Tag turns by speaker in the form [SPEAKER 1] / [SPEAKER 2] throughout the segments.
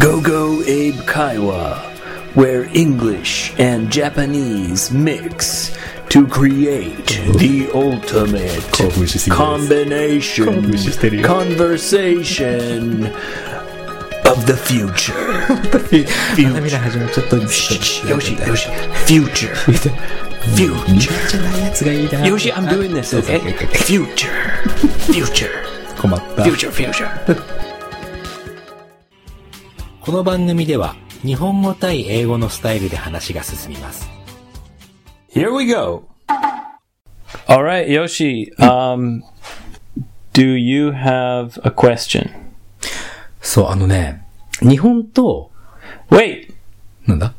[SPEAKER 1] Go Go Abe Kaiwa, where English and Japanese mix to create the ultimate
[SPEAKER 2] 興奮しすぎです。
[SPEAKER 1] combination
[SPEAKER 2] 興奮してるよ。
[SPEAKER 1] conversation of the future.
[SPEAKER 2] 涙始まっちゃったんですけど
[SPEAKER 1] Yoshi, Yoshi, future, future.
[SPEAKER 2] じゃないやつがいいな
[SPEAKER 1] Yoshi, I'm doing this, okay? Future, future,
[SPEAKER 2] 困った
[SPEAKER 1] future, future.
[SPEAKER 2] この番組では日本語対英語のスタイルで話が進みます
[SPEAKER 1] Here we go. All right, Yoshi. Um, do you have a question?
[SPEAKER 2] そうあのね日本と
[SPEAKER 1] Wait,
[SPEAKER 2] なんだ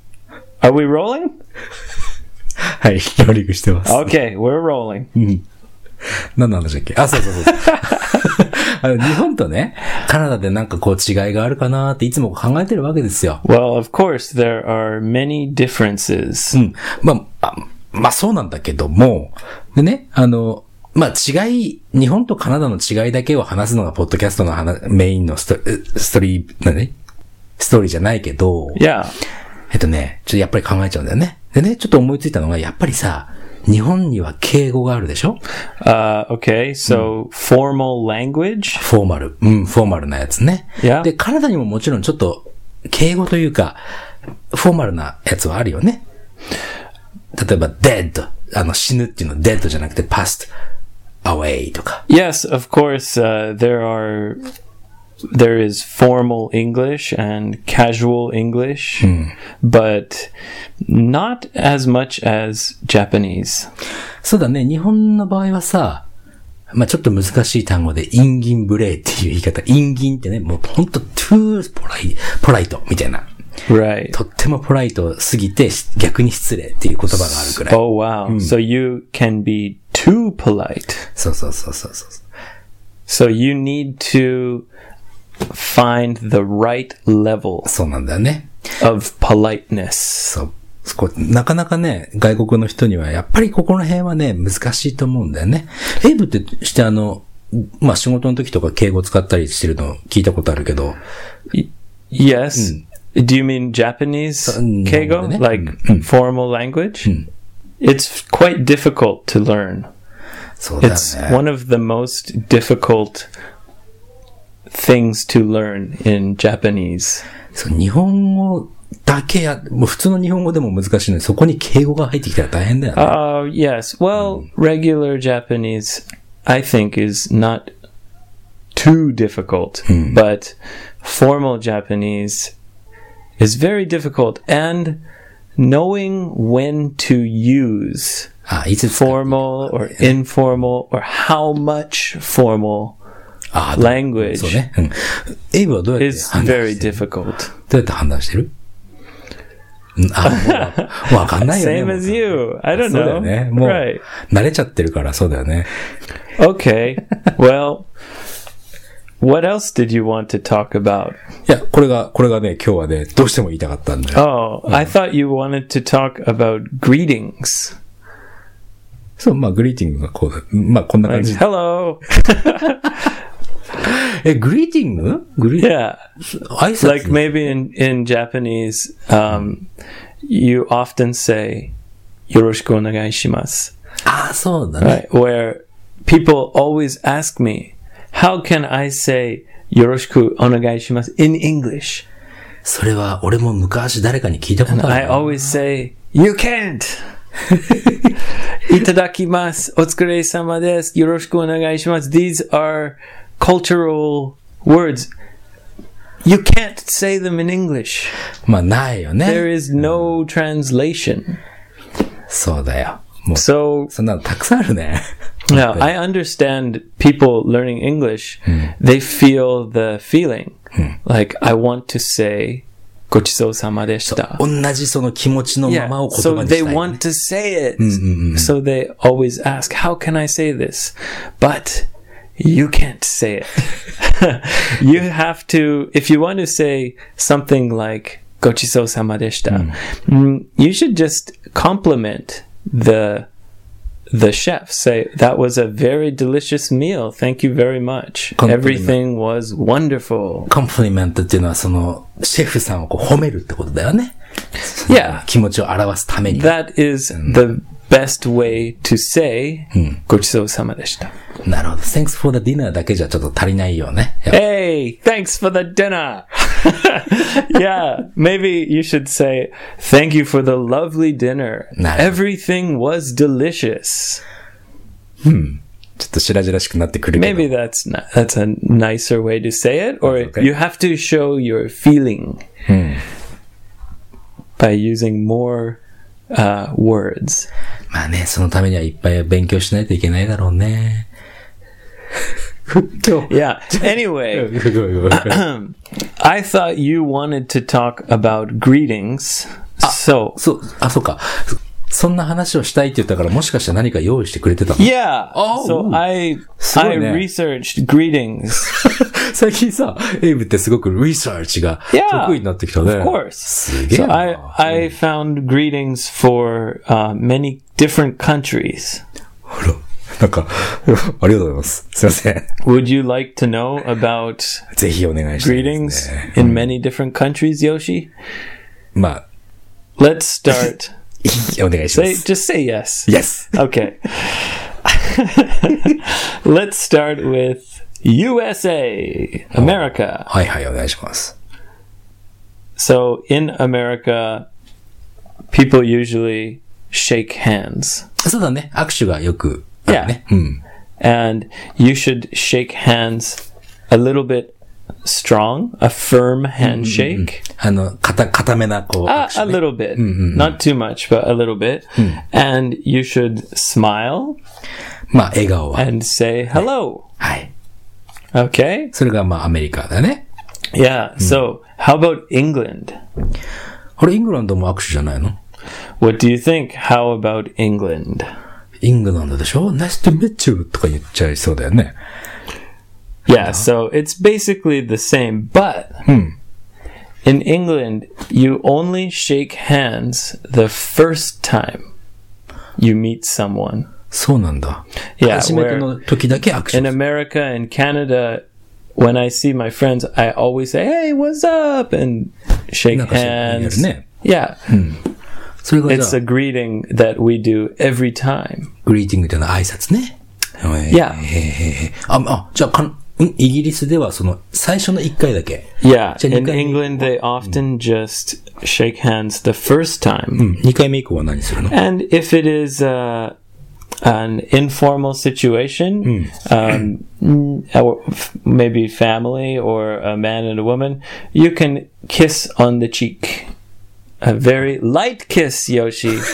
[SPEAKER 1] are we rolling?
[SPEAKER 2] はいローリングしてます
[SPEAKER 1] Okay, we're rolling.
[SPEAKER 2] 何の話だっけあ、そうそうそう。 あの日本とね、カナダでなんかこう違いがあるかなっていつも考えてるわけですよ。
[SPEAKER 1] Well, of course, there are many differences.
[SPEAKER 2] うん。まあ、あまあそうなんだけども、でね、あの、まあ違い、日本とカナダの違いだけを話すのがポッドキャストの話メインのストストーリー、何ストーリーじゃないけど、
[SPEAKER 1] Yeah.
[SPEAKER 2] えっとね、ちょっとやっぱり考えちゃうんだよね。でね、ちょっと思いついたのが、やっぱりさ、日本には敬語があるでしょ
[SPEAKER 1] Uh, okay, so formal language.
[SPEAKER 2] フォーマル。うん、フォーマルなやつね。
[SPEAKER 1] Yeah.
[SPEAKER 2] で、カナダにももちろんちょっと、敬語というか、フォーマルなやつはあるよね。例えば、dead。あの、死ぬっていうの、dead じゃなくて、past away とか。
[SPEAKER 1] Yes, of course, uh, there are. There is formal English and casual English, but not as much as Japanese.
[SPEAKER 2] そうだね、日本の場合はさ、まあちょっと難しい単語で、インギンブレイっていう言い方。インギンってね、もうほんと、too ポライ、ポライトみたいな。
[SPEAKER 1] Right.
[SPEAKER 2] とってもポライトすぎて、し逆に失礼っていう言葉があるくらい。
[SPEAKER 1] Oh, wow. So you can be too polite.
[SPEAKER 2] そうそうそうそうそう。
[SPEAKER 1] So you need to find the right level
[SPEAKER 2] そうなんだよね。
[SPEAKER 1] of politeness.
[SPEAKER 2] そう。そこなかなかね、外国の人には、やっぱりここら辺はね、難しいと思うんだよね。エイブってしてあの、まあ、仕事の時とか敬語使ったりしてるの聞いたことあるけど、
[SPEAKER 1] Y- Yes. Do you mean Japanese
[SPEAKER 2] mm,
[SPEAKER 1] keigo,
[SPEAKER 2] mm,
[SPEAKER 1] like formal language? It's quite difficult to learn.
[SPEAKER 2] そうだよ
[SPEAKER 1] It's
[SPEAKER 2] ね。
[SPEAKER 1] one of the most difficult things to learn in Japanese.
[SPEAKER 2] そう日本語だけや、もう普通の日本語でも難しいのに、そこに敬語が入ってきたら大変だよね。
[SPEAKER 1] Oh, yes. Well, regular Japanese, I think, is not too difficult, but formal Japanese is very difficult. And knowing when to use
[SPEAKER 2] あいつ使う
[SPEAKER 1] formal or informal or how much formal
[SPEAKER 2] ああ、
[SPEAKER 1] language
[SPEAKER 2] そうね。うん。エイブはどうやって
[SPEAKER 1] is
[SPEAKER 2] 判断
[SPEAKER 1] very
[SPEAKER 2] してる
[SPEAKER 1] difficult.
[SPEAKER 2] どうやって判断してるうんあ、もうわわかんないよね。
[SPEAKER 1] Same
[SPEAKER 2] もう
[SPEAKER 1] as you. I don't
[SPEAKER 2] そうだ
[SPEAKER 1] know.
[SPEAKER 2] よね。もう、
[SPEAKER 1] Right.
[SPEAKER 2] 慣れちゃってるから、そうだよね。
[SPEAKER 1] Okay. well, what else did you want to talk about?
[SPEAKER 2] いや、これが、これがね、今日はね、どうしても言いたかったんだよ。
[SPEAKER 1] Oh, I thought you wanted to talk about greetings.
[SPEAKER 2] そう、まあ、グリーティングがこうだ、まあ、こんな感
[SPEAKER 1] Like,
[SPEAKER 2] じ。
[SPEAKER 1] hello.
[SPEAKER 2] え、グリーティンググリー、
[SPEAKER 1] Yeah.
[SPEAKER 2] 挨拶
[SPEAKER 1] Like maybe in, in Japanese, um, you often say, Yoroshiku onegaishimasu. Ah,
[SPEAKER 2] ああ、そうだね。
[SPEAKER 1] Right. Where people always ask me, how can I say Yoroshiku onegaishimasu in English?
[SPEAKER 2] それは、俺も昔誰かに聞いたことあ
[SPEAKER 1] I
[SPEAKER 2] るな。
[SPEAKER 1] always say, you can't! いただきます。お疲れ様です。よろしくお願いします。These are cultural words. You can't say them in English.
[SPEAKER 2] まあ、ないよ
[SPEAKER 1] There
[SPEAKER 2] ね。
[SPEAKER 1] is no translation.
[SPEAKER 2] そうだよ。もう、
[SPEAKER 1] So
[SPEAKER 2] そんなのたくさんあるね。
[SPEAKER 1] now I understand people learning English, they feel the feeling like, I want to say, ごちそうさまでした。
[SPEAKER 2] 同じその気持ちのま
[SPEAKER 1] Yeah.
[SPEAKER 2] まを言
[SPEAKER 1] So
[SPEAKER 2] 葉にしたい
[SPEAKER 1] they
[SPEAKER 2] よね、
[SPEAKER 1] want to say it. So they always ask, "How can I say this?" But you can't say it. you have to, if you want to say something like "Gochiso mm, samadeshita," you should just compliment the the chef say that was a very delicious meal. Thank you very much.
[SPEAKER 2] Compliment.
[SPEAKER 1] Everything was wonderful.
[SPEAKER 2] コンプリメントっていうのは、その、シェフさんをこう褒めるってことだよね。
[SPEAKER 1] いや
[SPEAKER 2] 気持ちを表すために。
[SPEAKER 1] That is the best way to say ごちそうさまでした。
[SPEAKER 2] なるほど。Thanks for the dinner だけじゃちょっと足りないよね。やっぱ
[SPEAKER 1] Hey, thanks for the dinner. yeah, maybe you should say thank you for the lovely dinner.
[SPEAKER 2] Nice.
[SPEAKER 1] Everything was delicious.
[SPEAKER 2] ちょっと白々しくなってくるけど。
[SPEAKER 1] Maybe that's n that's a nicer way to say it, or
[SPEAKER 2] Okay. Hmm.
[SPEAKER 1] you have to show your feeling by using more uh, words.
[SPEAKER 2] まあね、そのためにはいっぱい勉強しないといけないだろう ね。今日。
[SPEAKER 1] Yeah. Anyway, I thought you wanted to talk about greetings.
[SPEAKER 2] Ah,
[SPEAKER 1] So
[SPEAKER 2] そう、あ、そうか。そんな話をしたいって言ったから、もしかしたら何か用意してくれてたの
[SPEAKER 1] yeah.
[SPEAKER 2] Oh,
[SPEAKER 1] so
[SPEAKER 2] ooh.
[SPEAKER 1] I
[SPEAKER 2] So
[SPEAKER 1] I
[SPEAKER 2] nice.
[SPEAKER 1] researched greetings.
[SPEAKER 2] 最近さ、エイブってすごくリサーチが
[SPEAKER 1] Yeah.
[SPEAKER 2] 得意になってきたね。
[SPEAKER 1] Of course.
[SPEAKER 2] すげ
[SPEAKER 1] So
[SPEAKER 2] え
[SPEAKER 1] I
[SPEAKER 2] な。
[SPEAKER 1] I found greetings for uh, many different countries.
[SPEAKER 2] ほら、なんか、ありがとうございます。すいません。
[SPEAKER 1] Would you like to know about
[SPEAKER 2] ぜひお願いします、ね。
[SPEAKER 1] greetings in many different countries, Yoshi?
[SPEAKER 2] まあ、
[SPEAKER 1] Let's start.
[SPEAKER 2] いいお願いしま
[SPEAKER 1] say
[SPEAKER 2] す。
[SPEAKER 1] just say yes.
[SPEAKER 2] Yes!
[SPEAKER 1] Okay. Let's start with USA, America.
[SPEAKER 2] はいはい、お願いします。
[SPEAKER 1] So in America, people usually shake hands.
[SPEAKER 2] そうだね。握手がよくあるね。うん。
[SPEAKER 1] and you should shake hands a little bit strong, a firm handshake. Uh,
[SPEAKER 2] あの、かた、固めな、こう、
[SPEAKER 1] A,
[SPEAKER 2] 握手
[SPEAKER 1] a
[SPEAKER 2] ね
[SPEAKER 1] little bit, not too much, but a little bit. And you should smile
[SPEAKER 2] まあ、笑顔は。
[SPEAKER 1] and say hello.
[SPEAKER 2] はい。
[SPEAKER 1] Okay?
[SPEAKER 2] それがまあ、アメリカだね。
[SPEAKER 1] Yeah. So, how about England?
[SPEAKER 2] あれ、イングランドも握手じゃないの
[SPEAKER 1] What do you think? How about England?
[SPEAKER 2] イングランドでしょ ?Nice to meet you! とか言っちゃいそうだよね。
[SPEAKER 1] Yeah, so it's basically the same, but
[SPEAKER 2] Hmm.
[SPEAKER 1] in England, you only shake hands the first time you meet someone.
[SPEAKER 2] そうなんだ。
[SPEAKER 1] Yeah,
[SPEAKER 2] 初めて
[SPEAKER 1] where
[SPEAKER 2] の時だけ握
[SPEAKER 1] in
[SPEAKER 2] 手。
[SPEAKER 1] America and Canada, when I see my friends, I always say, hey, what's up? and shake
[SPEAKER 2] なんかそうやる
[SPEAKER 1] hands.
[SPEAKER 2] ね。
[SPEAKER 1] Yeah,
[SPEAKER 2] Hmm. それが
[SPEAKER 1] it's
[SPEAKER 2] じ
[SPEAKER 1] a
[SPEAKER 2] ゃあ、
[SPEAKER 1] greeting that we do every time.
[SPEAKER 2] グリーティングというのは挨拶ね。い
[SPEAKER 1] Yeah.
[SPEAKER 2] あ、あ、じゃあかん、んイギリスではその、最初の1回だけ。
[SPEAKER 1] Yeah,
[SPEAKER 2] So you
[SPEAKER 1] in
[SPEAKER 2] can-
[SPEAKER 1] England, they often just shake hands the first time.
[SPEAKER 2] 2回目以降は何するの
[SPEAKER 1] And if it is uh, an informal situation, um, mm, or f- maybe family or a man and a woman, you can kiss on the cheek. A very light kiss, Yoshi.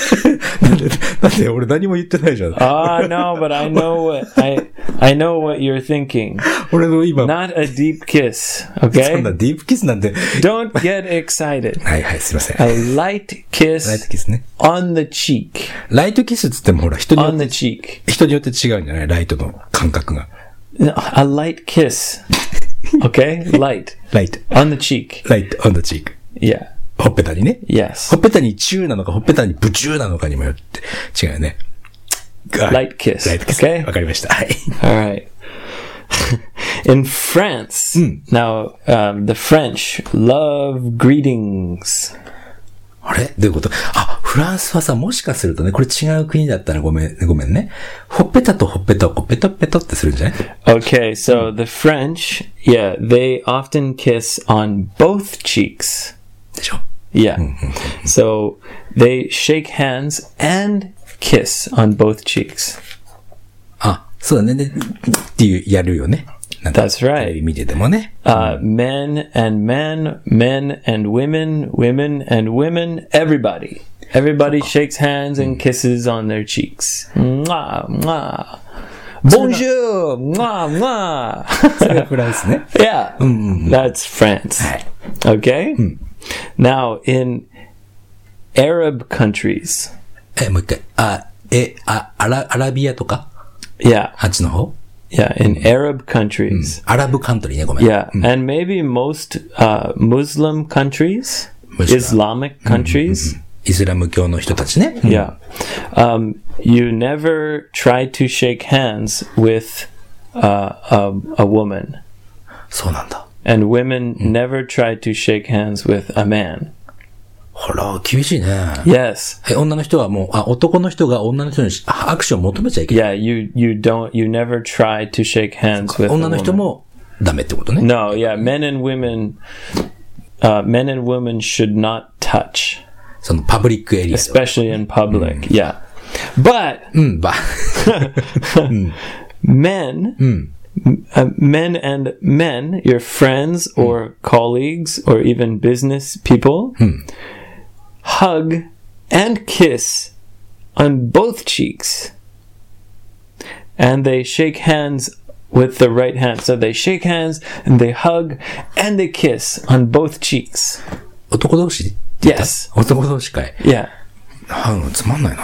[SPEAKER 2] なんで、なんで俺何も言ってないじゃん。
[SPEAKER 1] Ah, no, but I know what I I know what you're thinking.
[SPEAKER 2] 俺の今、
[SPEAKER 1] Not a deep kiss,
[SPEAKER 2] そんな
[SPEAKER 1] okay?
[SPEAKER 2] ディープキスなんて。
[SPEAKER 1] Don't get excited.
[SPEAKER 2] はいはい、すいません。
[SPEAKER 1] A light
[SPEAKER 2] ライト
[SPEAKER 1] kiss
[SPEAKER 2] キスね。
[SPEAKER 1] on the cheek,
[SPEAKER 2] ライトキスって言ってもほら、人によ
[SPEAKER 1] on
[SPEAKER 2] っ
[SPEAKER 1] the
[SPEAKER 2] て、
[SPEAKER 1] cheek.
[SPEAKER 2] 人によって違うんじゃないライトの感覚が。
[SPEAKER 1] No, a light kiss. Okay? Light.
[SPEAKER 2] ライト。
[SPEAKER 1] On the cheek.
[SPEAKER 2] ライト、オンダチーク。
[SPEAKER 1] Yeah.
[SPEAKER 2] ほっぺたにね。
[SPEAKER 1] Yes.
[SPEAKER 2] ほっぺたにチューなのか、ほっぺたにブチューなのかにもよって違うよね。ラ
[SPEAKER 1] Light kiss.
[SPEAKER 2] ライトキス。
[SPEAKER 1] Okay?
[SPEAKER 2] わかりました。はい。
[SPEAKER 1] All right. In France, now um, the French love greetings.
[SPEAKER 2] あれどういうことあ、フランスはさ、もしかするとね、これ違う国だったらごめん、ごめんね。ほっぺたとほっぺたをこうペトペトってするんじゃない
[SPEAKER 1] Okay, so the French, yeah, they often kiss on both cheeks.
[SPEAKER 2] でしょ
[SPEAKER 1] Yeah. hmm. So they shake hands and kiss on both cheeks.
[SPEAKER 2] あ、そうだね。で、っていう、やるよね。なんか
[SPEAKER 1] That's right.
[SPEAKER 2] テレビ見ててもね。
[SPEAKER 1] uh, men and men, men and women, women and women, everybody. Everybody shakes hands and kisses on their cheeks. Mwah, mwah. Bonjour, mwah,
[SPEAKER 2] それが
[SPEAKER 1] mwah.
[SPEAKER 2] フランスね。
[SPEAKER 1] yeah, that's France. Okay? Now, in Arab countries,
[SPEAKER 2] え、もう一回。あ、え、あ、アラ、アラビアとか
[SPEAKER 1] yeah,
[SPEAKER 2] あっちの方
[SPEAKER 1] yeah, in Arab countries,
[SPEAKER 2] アラブカントリーね、ごめん。
[SPEAKER 1] Yeah, and maybe most uh, Muslim countries,
[SPEAKER 2] Muslim.
[SPEAKER 1] Islamic countries,
[SPEAKER 2] イスラム教の人たちね。うん
[SPEAKER 1] Yeah. Um, you never try to shake hands with uh, a, a woman,
[SPEAKER 2] そうなんだ。
[SPEAKER 1] and women never try to shake hands with a man.
[SPEAKER 2] ほら、厳しいね。
[SPEAKER 1] Yes.
[SPEAKER 2] え、女の人はもう、あ、男の人が女の人にしあ握手を求めちゃいけない。
[SPEAKER 1] Yeah, you, you don't, you never try to shake hands with a
[SPEAKER 2] 女の人
[SPEAKER 1] woman.
[SPEAKER 2] もダメってことね。
[SPEAKER 1] No, yeah, men and women, uh, men and women should not touch,
[SPEAKER 2] そのパブリックエリアでは。
[SPEAKER 1] especially in public. Yeah. But
[SPEAKER 2] うん、ば。
[SPEAKER 1] men, uh, men and men, your friends or colleagues or even business people, hug and kiss on both cheeks. And they shake hands with the right hand. So they shake hands and they hug and they kiss on both cheeks.
[SPEAKER 2] 男同士
[SPEAKER 1] Yes.
[SPEAKER 2] 男同士かい。
[SPEAKER 1] Yeah.
[SPEAKER 2] あうんつまんないな。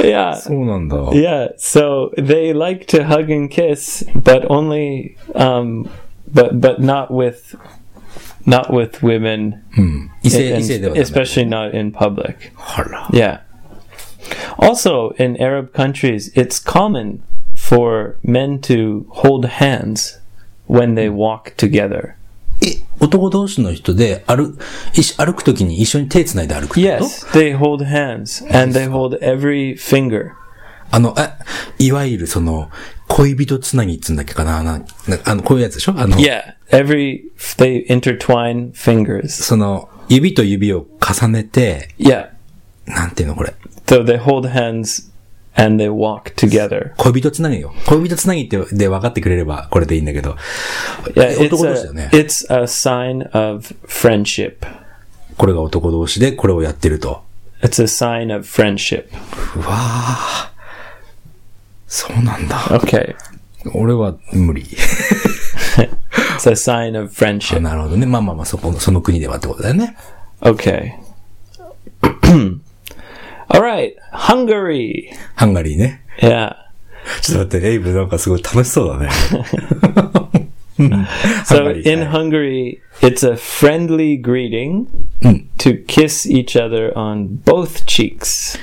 [SPEAKER 1] Yeah.
[SPEAKER 2] そうなんだ。
[SPEAKER 1] Yeah, so they like to hug and kiss, but only, um, but but not with, not with women,
[SPEAKER 2] 異性、異
[SPEAKER 1] and
[SPEAKER 2] 性ではダメ。
[SPEAKER 1] especially not in public.
[SPEAKER 2] ほら。
[SPEAKER 1] Yeah. Also, in Arab countries, it's common for men to hold hands when they walk together.
[SPEAKER 2] え、男同士の人で歩、一緒歩くときに一緒に手繋いで歩くってこと
[SPEAKER 1] Yes, they hold hands and they hold every finger.
[SPEAKER 2] あの、あ、いわゆるその、恋人つなぎっつうんだっけかなななあの、こういうやつでしょあの、
[SPEAKER 1] Yeah, every they intertwine fingers.
[SPEAKER 2] その、指と指を重ねて、
[SPEAKER 1] Yeah.
[SPEAKER 2] なんていうのこれ。
[SPEAKER 1] So they hold hands and they walk together.
[SPEAKER 2] 恋人つなぎよ。恋人つなぎって、で分かってくれればこれでいいんだけど。
[SPEAKER 1] Yeah,
[SPEAKER 2] え
[SPEAKER 1] it's
[SPEAKER 2] 男同士だよ
[SPEAKER 1] a,
[SPEAKER 2] ね。
[SPEAKER 1] it's a sign of friendship.
[SPEAKER 2] これが男同士でこれをやってると。
[SPEAKER 1] It's a sign of friendship.
[SPEAKER 2] うわあそうなんだ。
[SPEAKER 1] Okay.
[SPEAKER 2] 俺は無理。
[SPEAKER 1] It's a sign of friendship.
[SPEAKER 2] なるほどね。まあまあまあ、そこの、その国ではってことだよね。
[SPEAKER 1] Okay. All right. Hungary.
[SPEAKER 2] ハンガリーね。
[SPEAKER 1] Yeah.
[SPEAKER 2] ちょっと待って、エイブなんかすごい楽しそうだね。
[SPEAKER 1] So
[SPEAKER 2] Hungary,
[SPEAKER 1] in
[SPEAKER 2] yeah.
[SPEAKER 1] Hungary, it's a friendly greeting to kiss each other on both cheeks.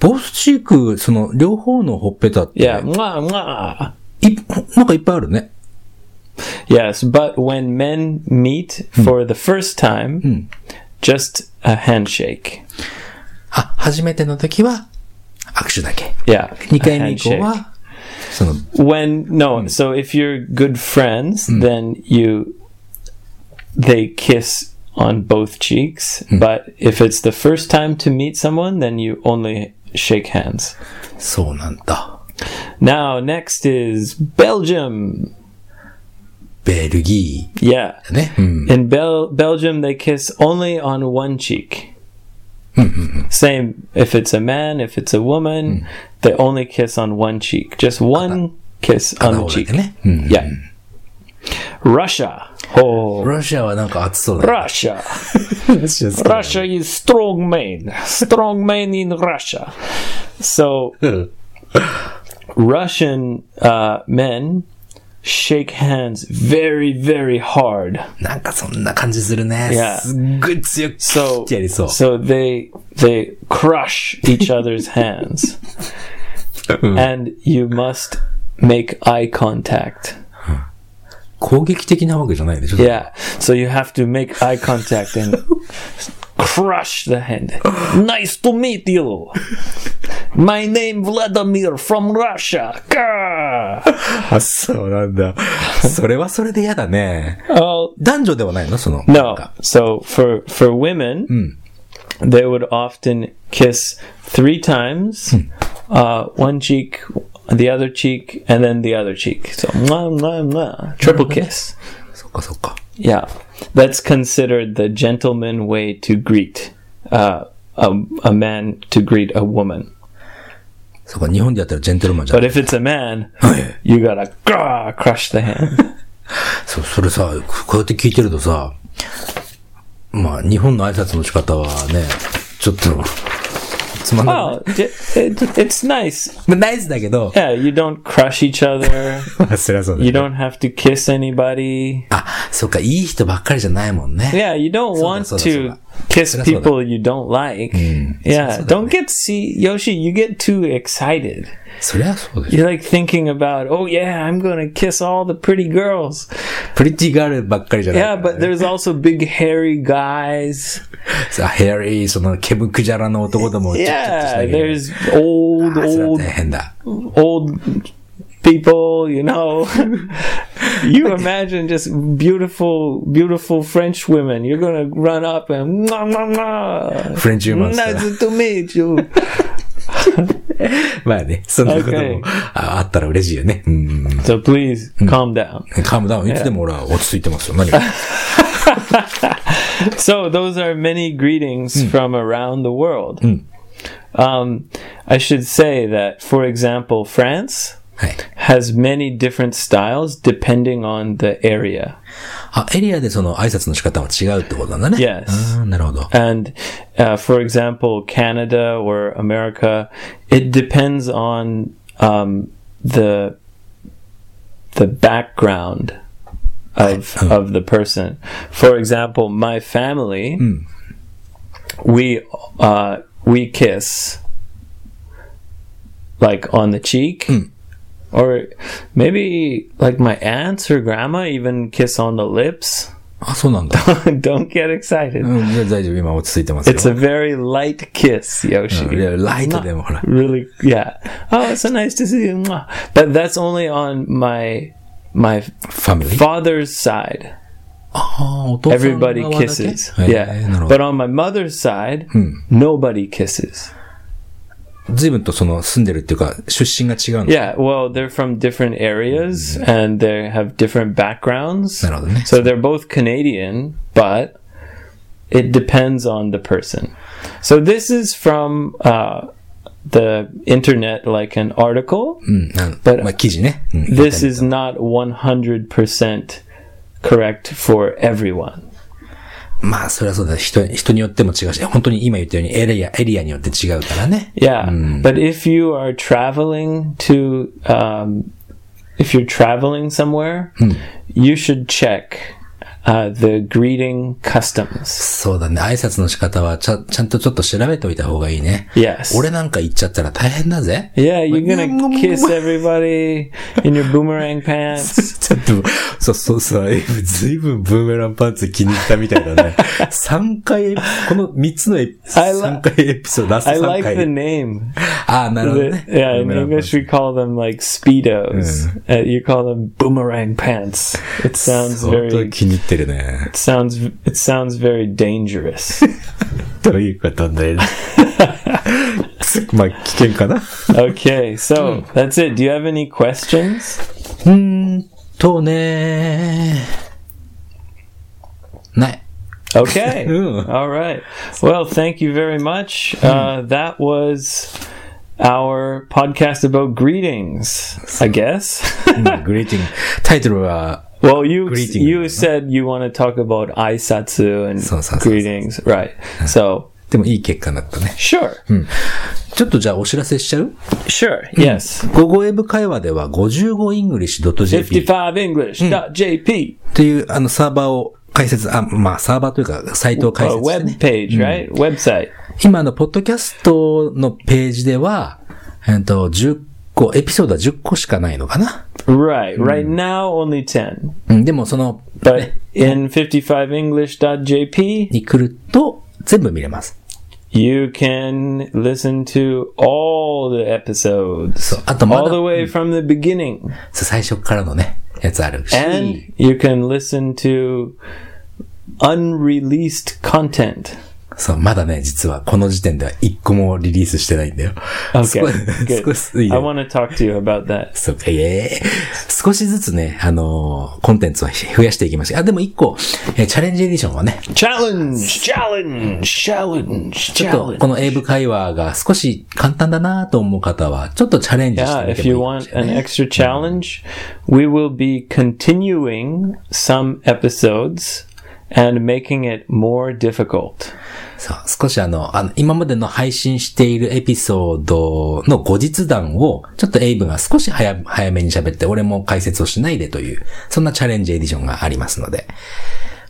[SPEAKER 2] ボスチーク、その、両方のほっぺたって、
[SPEAKER 1] Yeah. Mwah, mwah.
[SPEAKER 2] いなんかいっぱいあるね。
[SPEAKER 1] Yes, but when men meet for the first time, just a handshake.
[SPEAKER 2] あ、初めての時は、握手だけ。
[SPEAKER 1] Yeah.
[SPEAKER 2] 2
[SPEAKER 1] a
[SPEAKER 2] 回目以降
[SPEAKER 1] handshake.
[SPEAKER 2] は、その、
[SPEAKER 1] When no, so if you're good friends, then you they kiss on both cheeks, but if it's the first time to meet someone, then you only shake hands.
[SPEAKER 2] そうなんだ。
[SPEAKER 1] Now, next is Belgium.
[SPEAKER 2] ベルギ
[SPEAKER 1] Yeah.
[SPEAKER 2] ーね。うん。
[SPEAKER 1] In Bel- Belgium, they kiss only on one cheek. Same if it's a man, if it's a woman, they only kiss on one cheek. Just one kiss
[SPEAKER 2] あ
[SPEAKER 1] on
[SPEAKER 2] の
[SPEAKER 1] the
[SPEAKER 2] だけ
[SPEAKER 1] cheek.
[SPEAKER 2] ね。うん。
[SPEAKER 1] Yeah. Russia. Oh,
[SPEAKER 2] ロシアはなんか暑そうだね。
[SPEAKER 1] Russia.
[SPEAKER 2] ロシア好きだね
[SPEAKER 1] Russia is strong man. Strong man in Russia. So
[SPEAKER 2] うん。
[SPEAKER 1] Russian uh, men shake hands very, very hard.
[SPEAKER 2] なんかそんな感じするね。
[SPEAKER 1] Yeah.
[SPEAKER 2] すっごい強く、
[SPEAKER 1] So
[SPEAKER 2] やりそう。
[SPEAKER 1] so they they crush each other's hands, and you must make eye contact.
[SPEAKER 2] 攻撃的なわけじゃないでしょ
[SPEAKER 1] Yeah, so you have to make eye contact and crush the hand. Nice to meet you. My name Vladimir from Russia. Gah!
[SPEAKER 2] あ、そうなん だ。それはそれで嫌だね。
[SPEAKER 1] Oh
[SPEAKER 2] 男女ではないのその。なん
[SPEAKER 1] no!
[SPEAKER 2] か
[SPEAKER 1] So for for women, they would often kiss three times, uh, one cheek, the other cheek, and then the other cheek. So mwah, mwah, mwah, triple kiss.
[SPEAKER 2] そっかそっか。
[SPEAKER 1] Yeah, that's considered the gentleman way to greet uh, a, a man to greet a woman.
[SPEAKER 2] そっか、日本でやったらジェントルマンじゃ
[SPEAKER 1] But
[SPEAKER 2] ん。
[SPEAKER 1] if it's a man,
[SPEAKER 2] はい。
[SPEAKER 1] you gotta grah, crush the hand.
[SPEAKER 2] そう、それさ、こうやって聞いてるとさ、まあ、日本の挨拶の仕方はね、ちょっと、つまんない。
[SPEAKER 1] Oh, it, it, it's nice.
[SPEAKER 2] まあ、ナイスだけど、
[SPEAKER 1] Yeah, you don't crush each other.
[SPEAKER 2] まあ、そりゃそうだ
[SPEAKER 1] You
[SPEAKER 2] ね。
[SPEAKER 1] don't have to kiss anybody.
[SPEAKER 2] あ、そっか、いい人ばっかりじゃないもんね。
[SPEAKER 1] Yeah, you don't want
[SPEAKER 2] so- so-
[SPEAKER 1] to
[SPEAKER 2] so-
[SPEAKER 1] kiss
[SPEAKER 2] so- so-
[SPEAKER 1] people you don't like. Yeah, don't get see Yoshi. You get too excited.
[SPEAKER 2] そりゃそうでしょ。
[SPEAKER 1] You're like thinking about, oh yeah, I'm gonna kiss all the pretty girls.
[SPEAKER 2] プリティガールばっかりじゃない
[SPEAKER 1] Yeah,
[SPEAKER 2] から
[SPEAKER 1] but
[SPEAKER 2] ね。
[SPEAKER 1] there's also big hairy guys.
[SPEAKER 2] さ、ヘアリー、その、ケムクジャラの男どもをちょっとし
[SPEAKER 1] Yeah,
[SPEAKER 2] なきゃいけない
[SPEAKER 1] there's old,
[SPEAKER 2] あそれは
[SPEAKER 1] old,
[SPEAKER 2] 大変だ。
[SPEAKER 1] old people. You know, you imagine just beautiful, beautiful French women. You're gonna run up and. "Mwah, mwah, mwah."
[SPEAKER 2] フレンチウーマンさ
[SPEAKER 1] Nice to meet you.
[SPEAKER 2] まあね、そんなことも、
[SPEAKER 1] Okay.
[SPEAKER 2] ああったら嬉しいよね。うん。
[SPEAKER 1] So please calm down.
[SPEAKER 2] カムダウン、いつでも俺は落ち着いてますよ。何が。
[SPEAKER 1] So those are many greetings from around the world. Um, I should say that, for example, France
[SPEAKER 2] はい。
[SPEAKER 1] has many different styles depending on the area,
[SPEAKER 2] あ、エリアでその挨拶の仕方は違うってことなんだね。
[SPEAKER 1] Yes.
[SPEAKER 2] あーなるほど。
[SPEAKER 1] and uh, for example, Canada or America, it depends on um, the the background of of the person. For example, my family, we uh, we kiss like on the cheek, or maybe like my aunts or grandma even kiss on the lips.
[SPEAKER 2] あ、そうなんだ。
[SPEAKER 1] Don't get excited.
[SPEAKER 2] うん、いや大丈夫。今落ち着いてますよ
[SPEAKER 1] It's。a very light kiss, Yoshi.
[SPEAKER 2] いやライトでもほら。
[SPEAKER 1] really yeah oh it's so nice to see you Mwah. but that's only on my my
[SPEAKER 2] ファミリー。
[SPEAKER 1] father's side
[SPEAKER 2] ああ、お
[SPEAKER 1] Oh,
[SPEAKER 2] 父さん
[SPEAKER 1] everybody
[SPEAKER 2] 側だけ
[SPEAKER 1] kisses
[SPEAKER 2] はいな
[SPEAKER 1] yeah Hmm.
[SPEAKER 2] るほ
[SPEAKER 1] but
[SPEAKER 2] ど。
[SPEAKER 1] on my mother's side nobody kisses
[SPEAKER 2] 随分とその住んでるっていうか、出身が違うの。
[SPEAKER 1] yeah well they're from different areas and they have different backgrounds
[SPEAKER 2] なるほどね。
[SPEAKER 1] so they're both canadian but it depends on the person so this is from uh, the internet like an article
[SPEAKER 2] うん。あの
[SPEAKER 1] But-
[SPEAKER 2] まあ、記事ね。うん
[SPEAKER 1] this is not 100% correct for everyone.
[SPEAKER 2] まあ、それはそうだ。人、人によっても違うし、本当に今言ったようにエリア、エリアによって違うからね。
[SPEAKER 1] Yeah. But if you are traveling to, um, if you're traveling somewhere, you should check uh, the greeting customs.
[SPEAKER 2] そうだね。挨拶の仕方はちゃ、ちゃんとちょっと調べておいた方がいいね。
[SPEAKER 1] Yes.
[SPEAKER 2] 俺なんか行っちゃったら大変だぜ。
[SPEAKER 1] Yeah, you're
[SPEAKER 2] Nom, nom,
[SPEAKER 1] gonna
[SPEAKER 2] nom.
[SPEAKER 1] kiss everybody in your boomerang pants.
[SPEAKER 2] ちょっと、そうそうそう、エ イブ、ずいぶんブーメランパンツ気に入ったみたい だね。3回、この3つのエピ、
[SPEAKER 1] I li-
[SPEAKER 2] 3回エピソード、ラスト
[SPEAKER 1] I
[SPEAKER 2] 3
[SPEAKER 1] like the
[SPEAKER 2] 回。
[SPEAKER 1] name.
[SPEAKER 2] ああ、なるほど
[SPEAKER 1] The-
[SPEAKER 2] ね。
[SPEAKER 1] yeah,
[SPEAKER 2] ブー
[SPEAKER 1] in
[SPEAKER 2] メランパンツ
[SPEAKER 1] English we call them like speedos. Uh, you call them boomerang pants. It sounds
[SPEAKER 2] 相当
[SPEAKER 1] very
[SPEAKER 2] 気に入ってるね
[SPEAKER 1] It。sounds it sounds very dangerous.
[SPEAKER 2] ということ で。まあ、危険かな
[SPEAKER 1] okay, so that's it. Do you have any questions?
[SPEAKER 2] うーんとねない。
[SPEAKER 1] Okay.
[SPEAKER 2] Mm.
[SPEAKER 1] All right. Well, thank you very much. Uh, that was our podcast about greetings, I guess.
[SPEAKER 2] うんグリーティング。タイトルは、
[SPEAKER 1] well, you
[SPEAKER 2] Greeting.
[SPEAKER 1] you said you want to talk about aisatsu and
[SPEAKER 2] So, so, so, so.
[SPEAKER 1] greetings, right? So,
[SPEAKER 2] でもいい結果だったね。
[SPEAKER 1] sure.
[SPEAKER 2] Hmm. ちょっとじゃあお知らせしちゃう
[SPEAKER 1] Sure.
[SPEAKER 2] Hmm.
[SPEAKER 1] Yes.
[SPEAKER 2] 午後エブ会話では 55english.jp っ Hmm.
[SPEAKER 1] 55english.jp
[SPEAKER 2] ていうあのサーバーを開設、あ、まあサーバーというかサイトを
[SPEAKER 1] a
[SPEAKER 2] 開設して、ね Hmm.
[SPEAKER 1] web、page, right? Website.
[SPEAKER 2] 今あのポッドキャストのページでは、えっと、10個、エピソードは10個しかないのかな
[SPEAKER 1] Right.
[SPEAKER 2] Hmm.
[SPEAKER 1] Right now, only 10.
[SPEAKER 2] うん、でもその、
[SPEAKER 1] But in 55english.jp,
[SPEAKER 2] に来ると全部見れます。
[SPEAKER 1] you can listen to all the episodes.
[SPEAKER 2] そう。あとま
[SPEAKER 1] All
[SPEAKER 2] だ
[SPEAKER 1] the、way from the beginning.
[SPEAKER 2] そう最初からのね、やつあるし。
[SPEAKER 1] And you can listen to unreleased content.
[SPEAKER 2] そう、まだね、実はこの時点では1個もリリースしてないんだよ。
[SPEAKER 1] Okay.
[SPEAKER 2] 少し、少
[SPEAKER 1] Good.
[SPEAKER 2] し
[SPEAKER 1] I want to talk to you about that.
[SPEAKER 2] そうか、いえ少しずつね、あのーコンテンツは 増やしていきました。あ、でも一個、えーチャレンジエディションはね、
[SPEAKER 1] Challenge! Challenge! Challenge!
[SPEAKER 2] ちょっとこ
[SPEAKER 1] Challenge!
[SPEAKER 2] の英語会話が少し簡単だなと思う方は、ちょっとチャレンジして
[SPEAKER 1] Yeah,
[SPEAKER 2] み
[SPEAKER 1] if
[SPEAKER 2] て
[SPEAKER 1] you
[SPEAKER 2] もいい
[SPEAKER 1] want an extra challenge, we will be continuing some episodes and making it more difficult.
[SPEAKER 2] そう、少しあの、あの、今までの配信しているエピソードの後日談を、ちょっとエイブが少し早、早めに喋って、俺も解説をしないでという、そんなチャレンジエディションがありますので、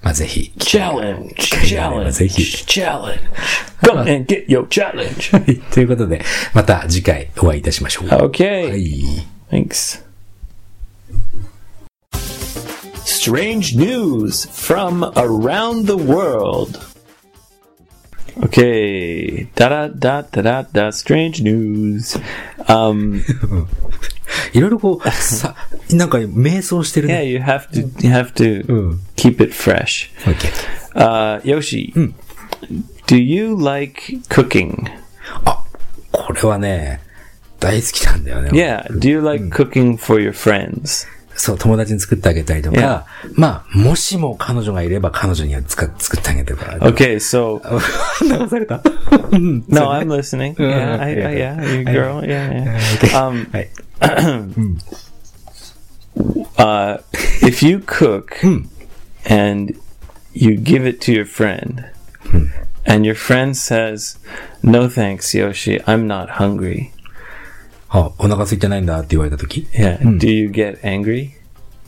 [SPEAKER 2] まあ、ぜ ひ。
[SPEAKER 1] Challenge,
[SPEAKER 2] ぜ
[SPEAKER 1] challenge,
[SPEAKER 2] ひ。
[SPEAKER 1] challenge. Come and get your challenge.
[SPEAKER 2] ということで、また次回お会いいたしましょう。は
[SPEAKER 1] Okay,
[SPEAKER 2] い。
[SPEAKER 1] thanks. Strange news from around the world. Okay, da da da da da da. Strange news. Um,
[SPEAKER 2] いろいろこう、さ、なんか瞑想してる
[SPEAKER 1] yeah,
[SPEAKER 2] ね。
[SPEAKER 1] you have to you have to
[SPEAKER 2] うん。
[SPEAKER 1] keep it fresh.
[SPEAKER 2] OK。
[SPEAKER 1] Uh, Yoshi, do you like cooking?
[SPEAKER 2] あ、これはね、大好きなんだよね。
[SPEAKER 1] Yeah, do you like cooking for your friends?
[SPEAKER 2] そう、友達に作ってあげたりとか、まあ、もしも彼女がいれば彼女にはつか作ってあげてるから。
[SPEAKER 1] Okay, so
[SPEAKER 2] 流された
[SPEAKER 1] no, I'm listening. Yeah, I,
[SPEAKER 2] yeah.
[SPEAKER 1] I, yeah, you girl. Yeah, yeah. Um,
[SPEAKER 2] はい。
[SPEAKER 1] uh, if you cook and you give it to your friend, Hmm. and your friend says, "No thanks, Yoshi, I'm not hungry."
[SPEAKER 2] あ、お腹空いてないんだって言われた時
[SPEAKER 1] Yeah, do you get angry?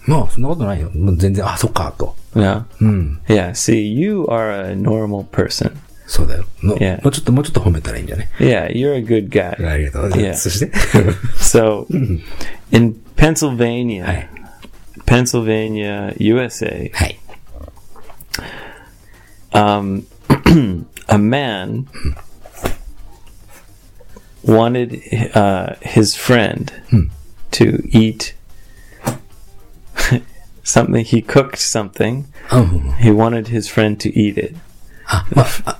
[SPEAKER 2] まあ、そんなことないよ。もう全然、あ、そっか、と。
[SPEAKER 1] No.
[SPEAKER 2] うん。
[SPEAKER 1] Yeah. See, you are a normal person.
[SPEAKER 2] そうだよ。もう
[SPEAKER 1] Yeah.
[SPEAKER 2] もうちょっと、もうちょっと褒めたらいいんじゃね
[SPEAKER 1] Yeah, you're a good guy.
[SPEAKER 2] ありがとう。
[SPEAKER 1] Yeah.
[SPEAKER 2] そして、
[SPEAKER 1] So, in Pennsylvania,
[SPEAKER 2] はい。
[SPEAKER 1] Pennsylvania, USA,
[SPEAKER 2] はい。
[SPEAKER 1] um, a man wanted uh, his friend to eat something. He cooked something.
[SPEAKER 2] あうんうん
[SPEAKER 1] He wanted his friend to eat it.
[SPEAKER 2] あ、まあ、あ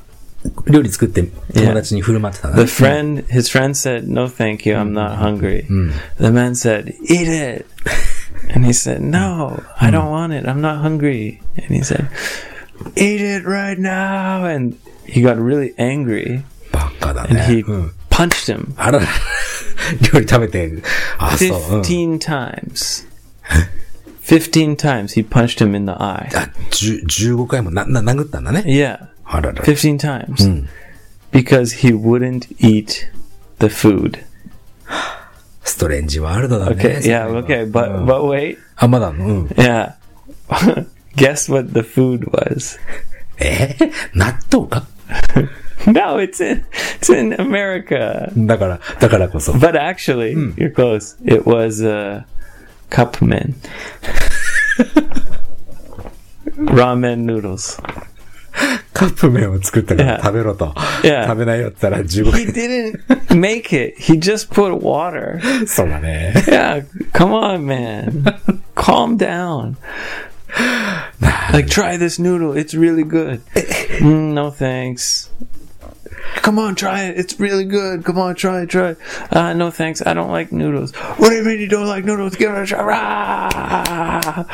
[SPEAKER 2] 料理作って友達に振る舞ってたんだ
[SPEAKER 1] The friend, his friend said, "No, thank you. I'm not hungry." The man said, "Eat it," and he said, "No, I don't want it. I'm not hungry." And he said, "Eat it right now!" And he got really angry
[SPEAKER 2] バカだ
[SPEAKER 1] and
[SPEAKER 2] ね。
[SPEAKER 1] he
[SPEAKER 2] うん。
[SPEAKER 1] punched him
[SPEAKER 2] あらら、料理食べて、あ、そう。うん
[SPEAKER 1] 15 times. 15 times he punched him in the eye.
[SPEAKER 2] あ、十、15回もな、な、殴ったんだね。
[SPEAKER 1] Yeah,
[SPEAKER 2] あらら。
[SPEAKER 1] 15 times because he wouldn't eat the food.
[SPEAKER 2] ストレンジワールドだね。
[SPEAKER 1] Okay,
[SPEAKER 2] それ
[SPEAKER 1] yeah,
[SPEAKER 2] は
[SPEAKER 1] okay,
[SPEAKER 2] う
[SPEAKER 1] but
[SPEAKER 2] ん
[SPEAKER 1] but wait.
[SPEAKER 2] あ、まだ、うん。
[SPEAKER 1] Yeah. Guess what the food was?
[SPEAKER 2] え納豆か
[SPEAKER 1] No, it's in it's in America.
[SPEAKER 2] だから、だからこそ。
[SPEAKER 1] But actually, you're close. It was uh, cup men. Ramen noodles.
[SPEAKER 2] カップ麺を作ったから
[SPEAKER 1] Yeah.
[SPEAKER 2] 食べろと。
[SPEAKER 1] Yeah.
[SPEAKER 2] 食べないよって言ったら
[SPEAKER 1] He
[SPEAKER 2] 15
[SPEAKER 1] didn't make it. He just put water.
[SPEAKER 2] 回。そうだね。
[SPEAKER 1] Yeah, come on, man. Calm down. Like try this noodle. It's really good. Mm, no thanks. Come on, try it. It's really good. Come on, try it, try it. Uh, no thanks. I don't like noodles. What do you mean you don't like noodles? Give it a try. Rah!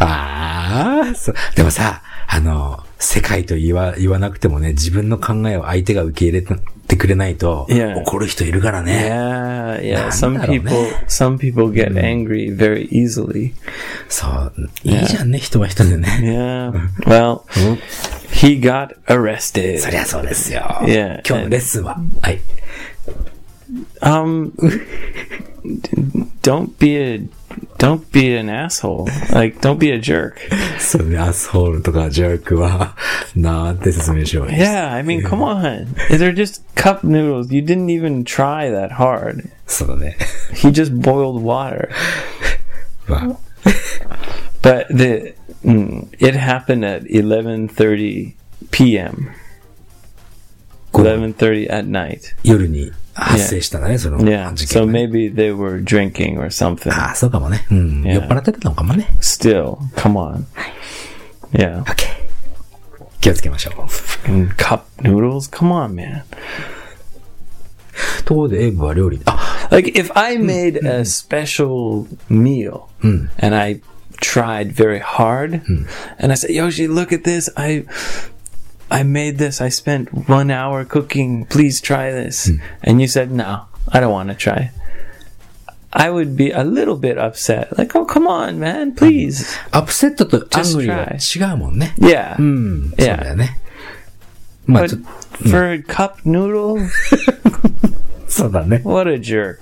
[SPEAKER 2] ああ、そうでもさ、あの、世界と言わ、言わなくてもね、自分の考えを相手が受け入れてくれないと、
[SPEAKER 1] Yeah.
[SPEAKER 2] 怒る人いるからね。
[SPEAKER 1] Yeah, yeah.
[SPEAKER 2] Nah,
[SPEAKER 1] Some
[SPEAKER 2] I don't
[SPEAKER 1] people,
[SPEAKER 2] know.
[SPEAKER 1] some people get angry very easily.
[SPEAKER 2] そう、いいじゃんね、人は人でね。
[SPEAKER 1] Yeah. Well, he got arrested.
[SPEAKER 2] そりゃそうですよ。
[SPEAKER 1] Yeah.
[SPEAKER 2] 今日のレッスンは、はい。
[SPEAKER 1] Um, d- don't be a don't be an asshole. Like, don't be a jerk.
[SPEAKER 2] それアスホールとかジャークは、なんて説明しよう。
[SPEAKER 1] Yeah, I mean, come on. They're just cup noodles. You didn't even try that hard.
[SPEAKER 2] そうだね。
[SPEAKER 1] He just boiled water.
[SPEAKER 2] まあ
[SPEAKER 1] But the mm, it happened at 11:30 p.m.
[SPEAKER 2] こう
[SPEAKER 1] 11:30 at night.
[SPEAKER 2] 夜に発生したんだね、その
[SPEAKER 1] Yeah.
[SPEAKER 2] 事
[SPEAKER 1] So
[SPEAKER 2] 件がね。
[SPEAKER 1] maybe they were drinking or something.
[SPEAKER 2] ああ、そうかもね。うん。
[SPEAKER 1] Yeah.
[SPEAKER 2] 酔っ払ってたのかもね。
[SPEAKER 1] Still, come on. Yeah.
[SPEAKER 2] OK。気をつけましょう。
[SPEAKER 1] And cup noodles. Come on, man.
[SPEAKER 2] ところでエイブは料理。あ、
[SPEAKER 1] Like if I made a special meal and I tried very hard and I said, Yoshi, look at this. I I made this. I spent one hour cooking. Please try this. And you said, No, I don't want to try. I would be a little bit upset. Like, oh, come on, man, please.
[SPEAKER 2] アップセットとアングリーは違うもんね。
[SPEAKER 1] Yeah.
[SPEAKER 2] うん。そう
[SPEAKER 1] Yeah.
[SPEAKER 2] だよね。まあ
[SPEAKER 1] But
[SPEAKER 2] ちょっ
[SPEAKER 1] for cup noodle,
[SPEAKER 2] と、そうだね。
[SPEAKER 1] what a jerk.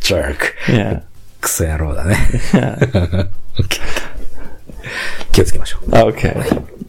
[SPEAKER 2] ジャーク。
[SPEAKER 1] Yeah.
[SPEAKER 2] クソ 野郎だね。気をつけましょう。
[SPEAKER 1] Okay.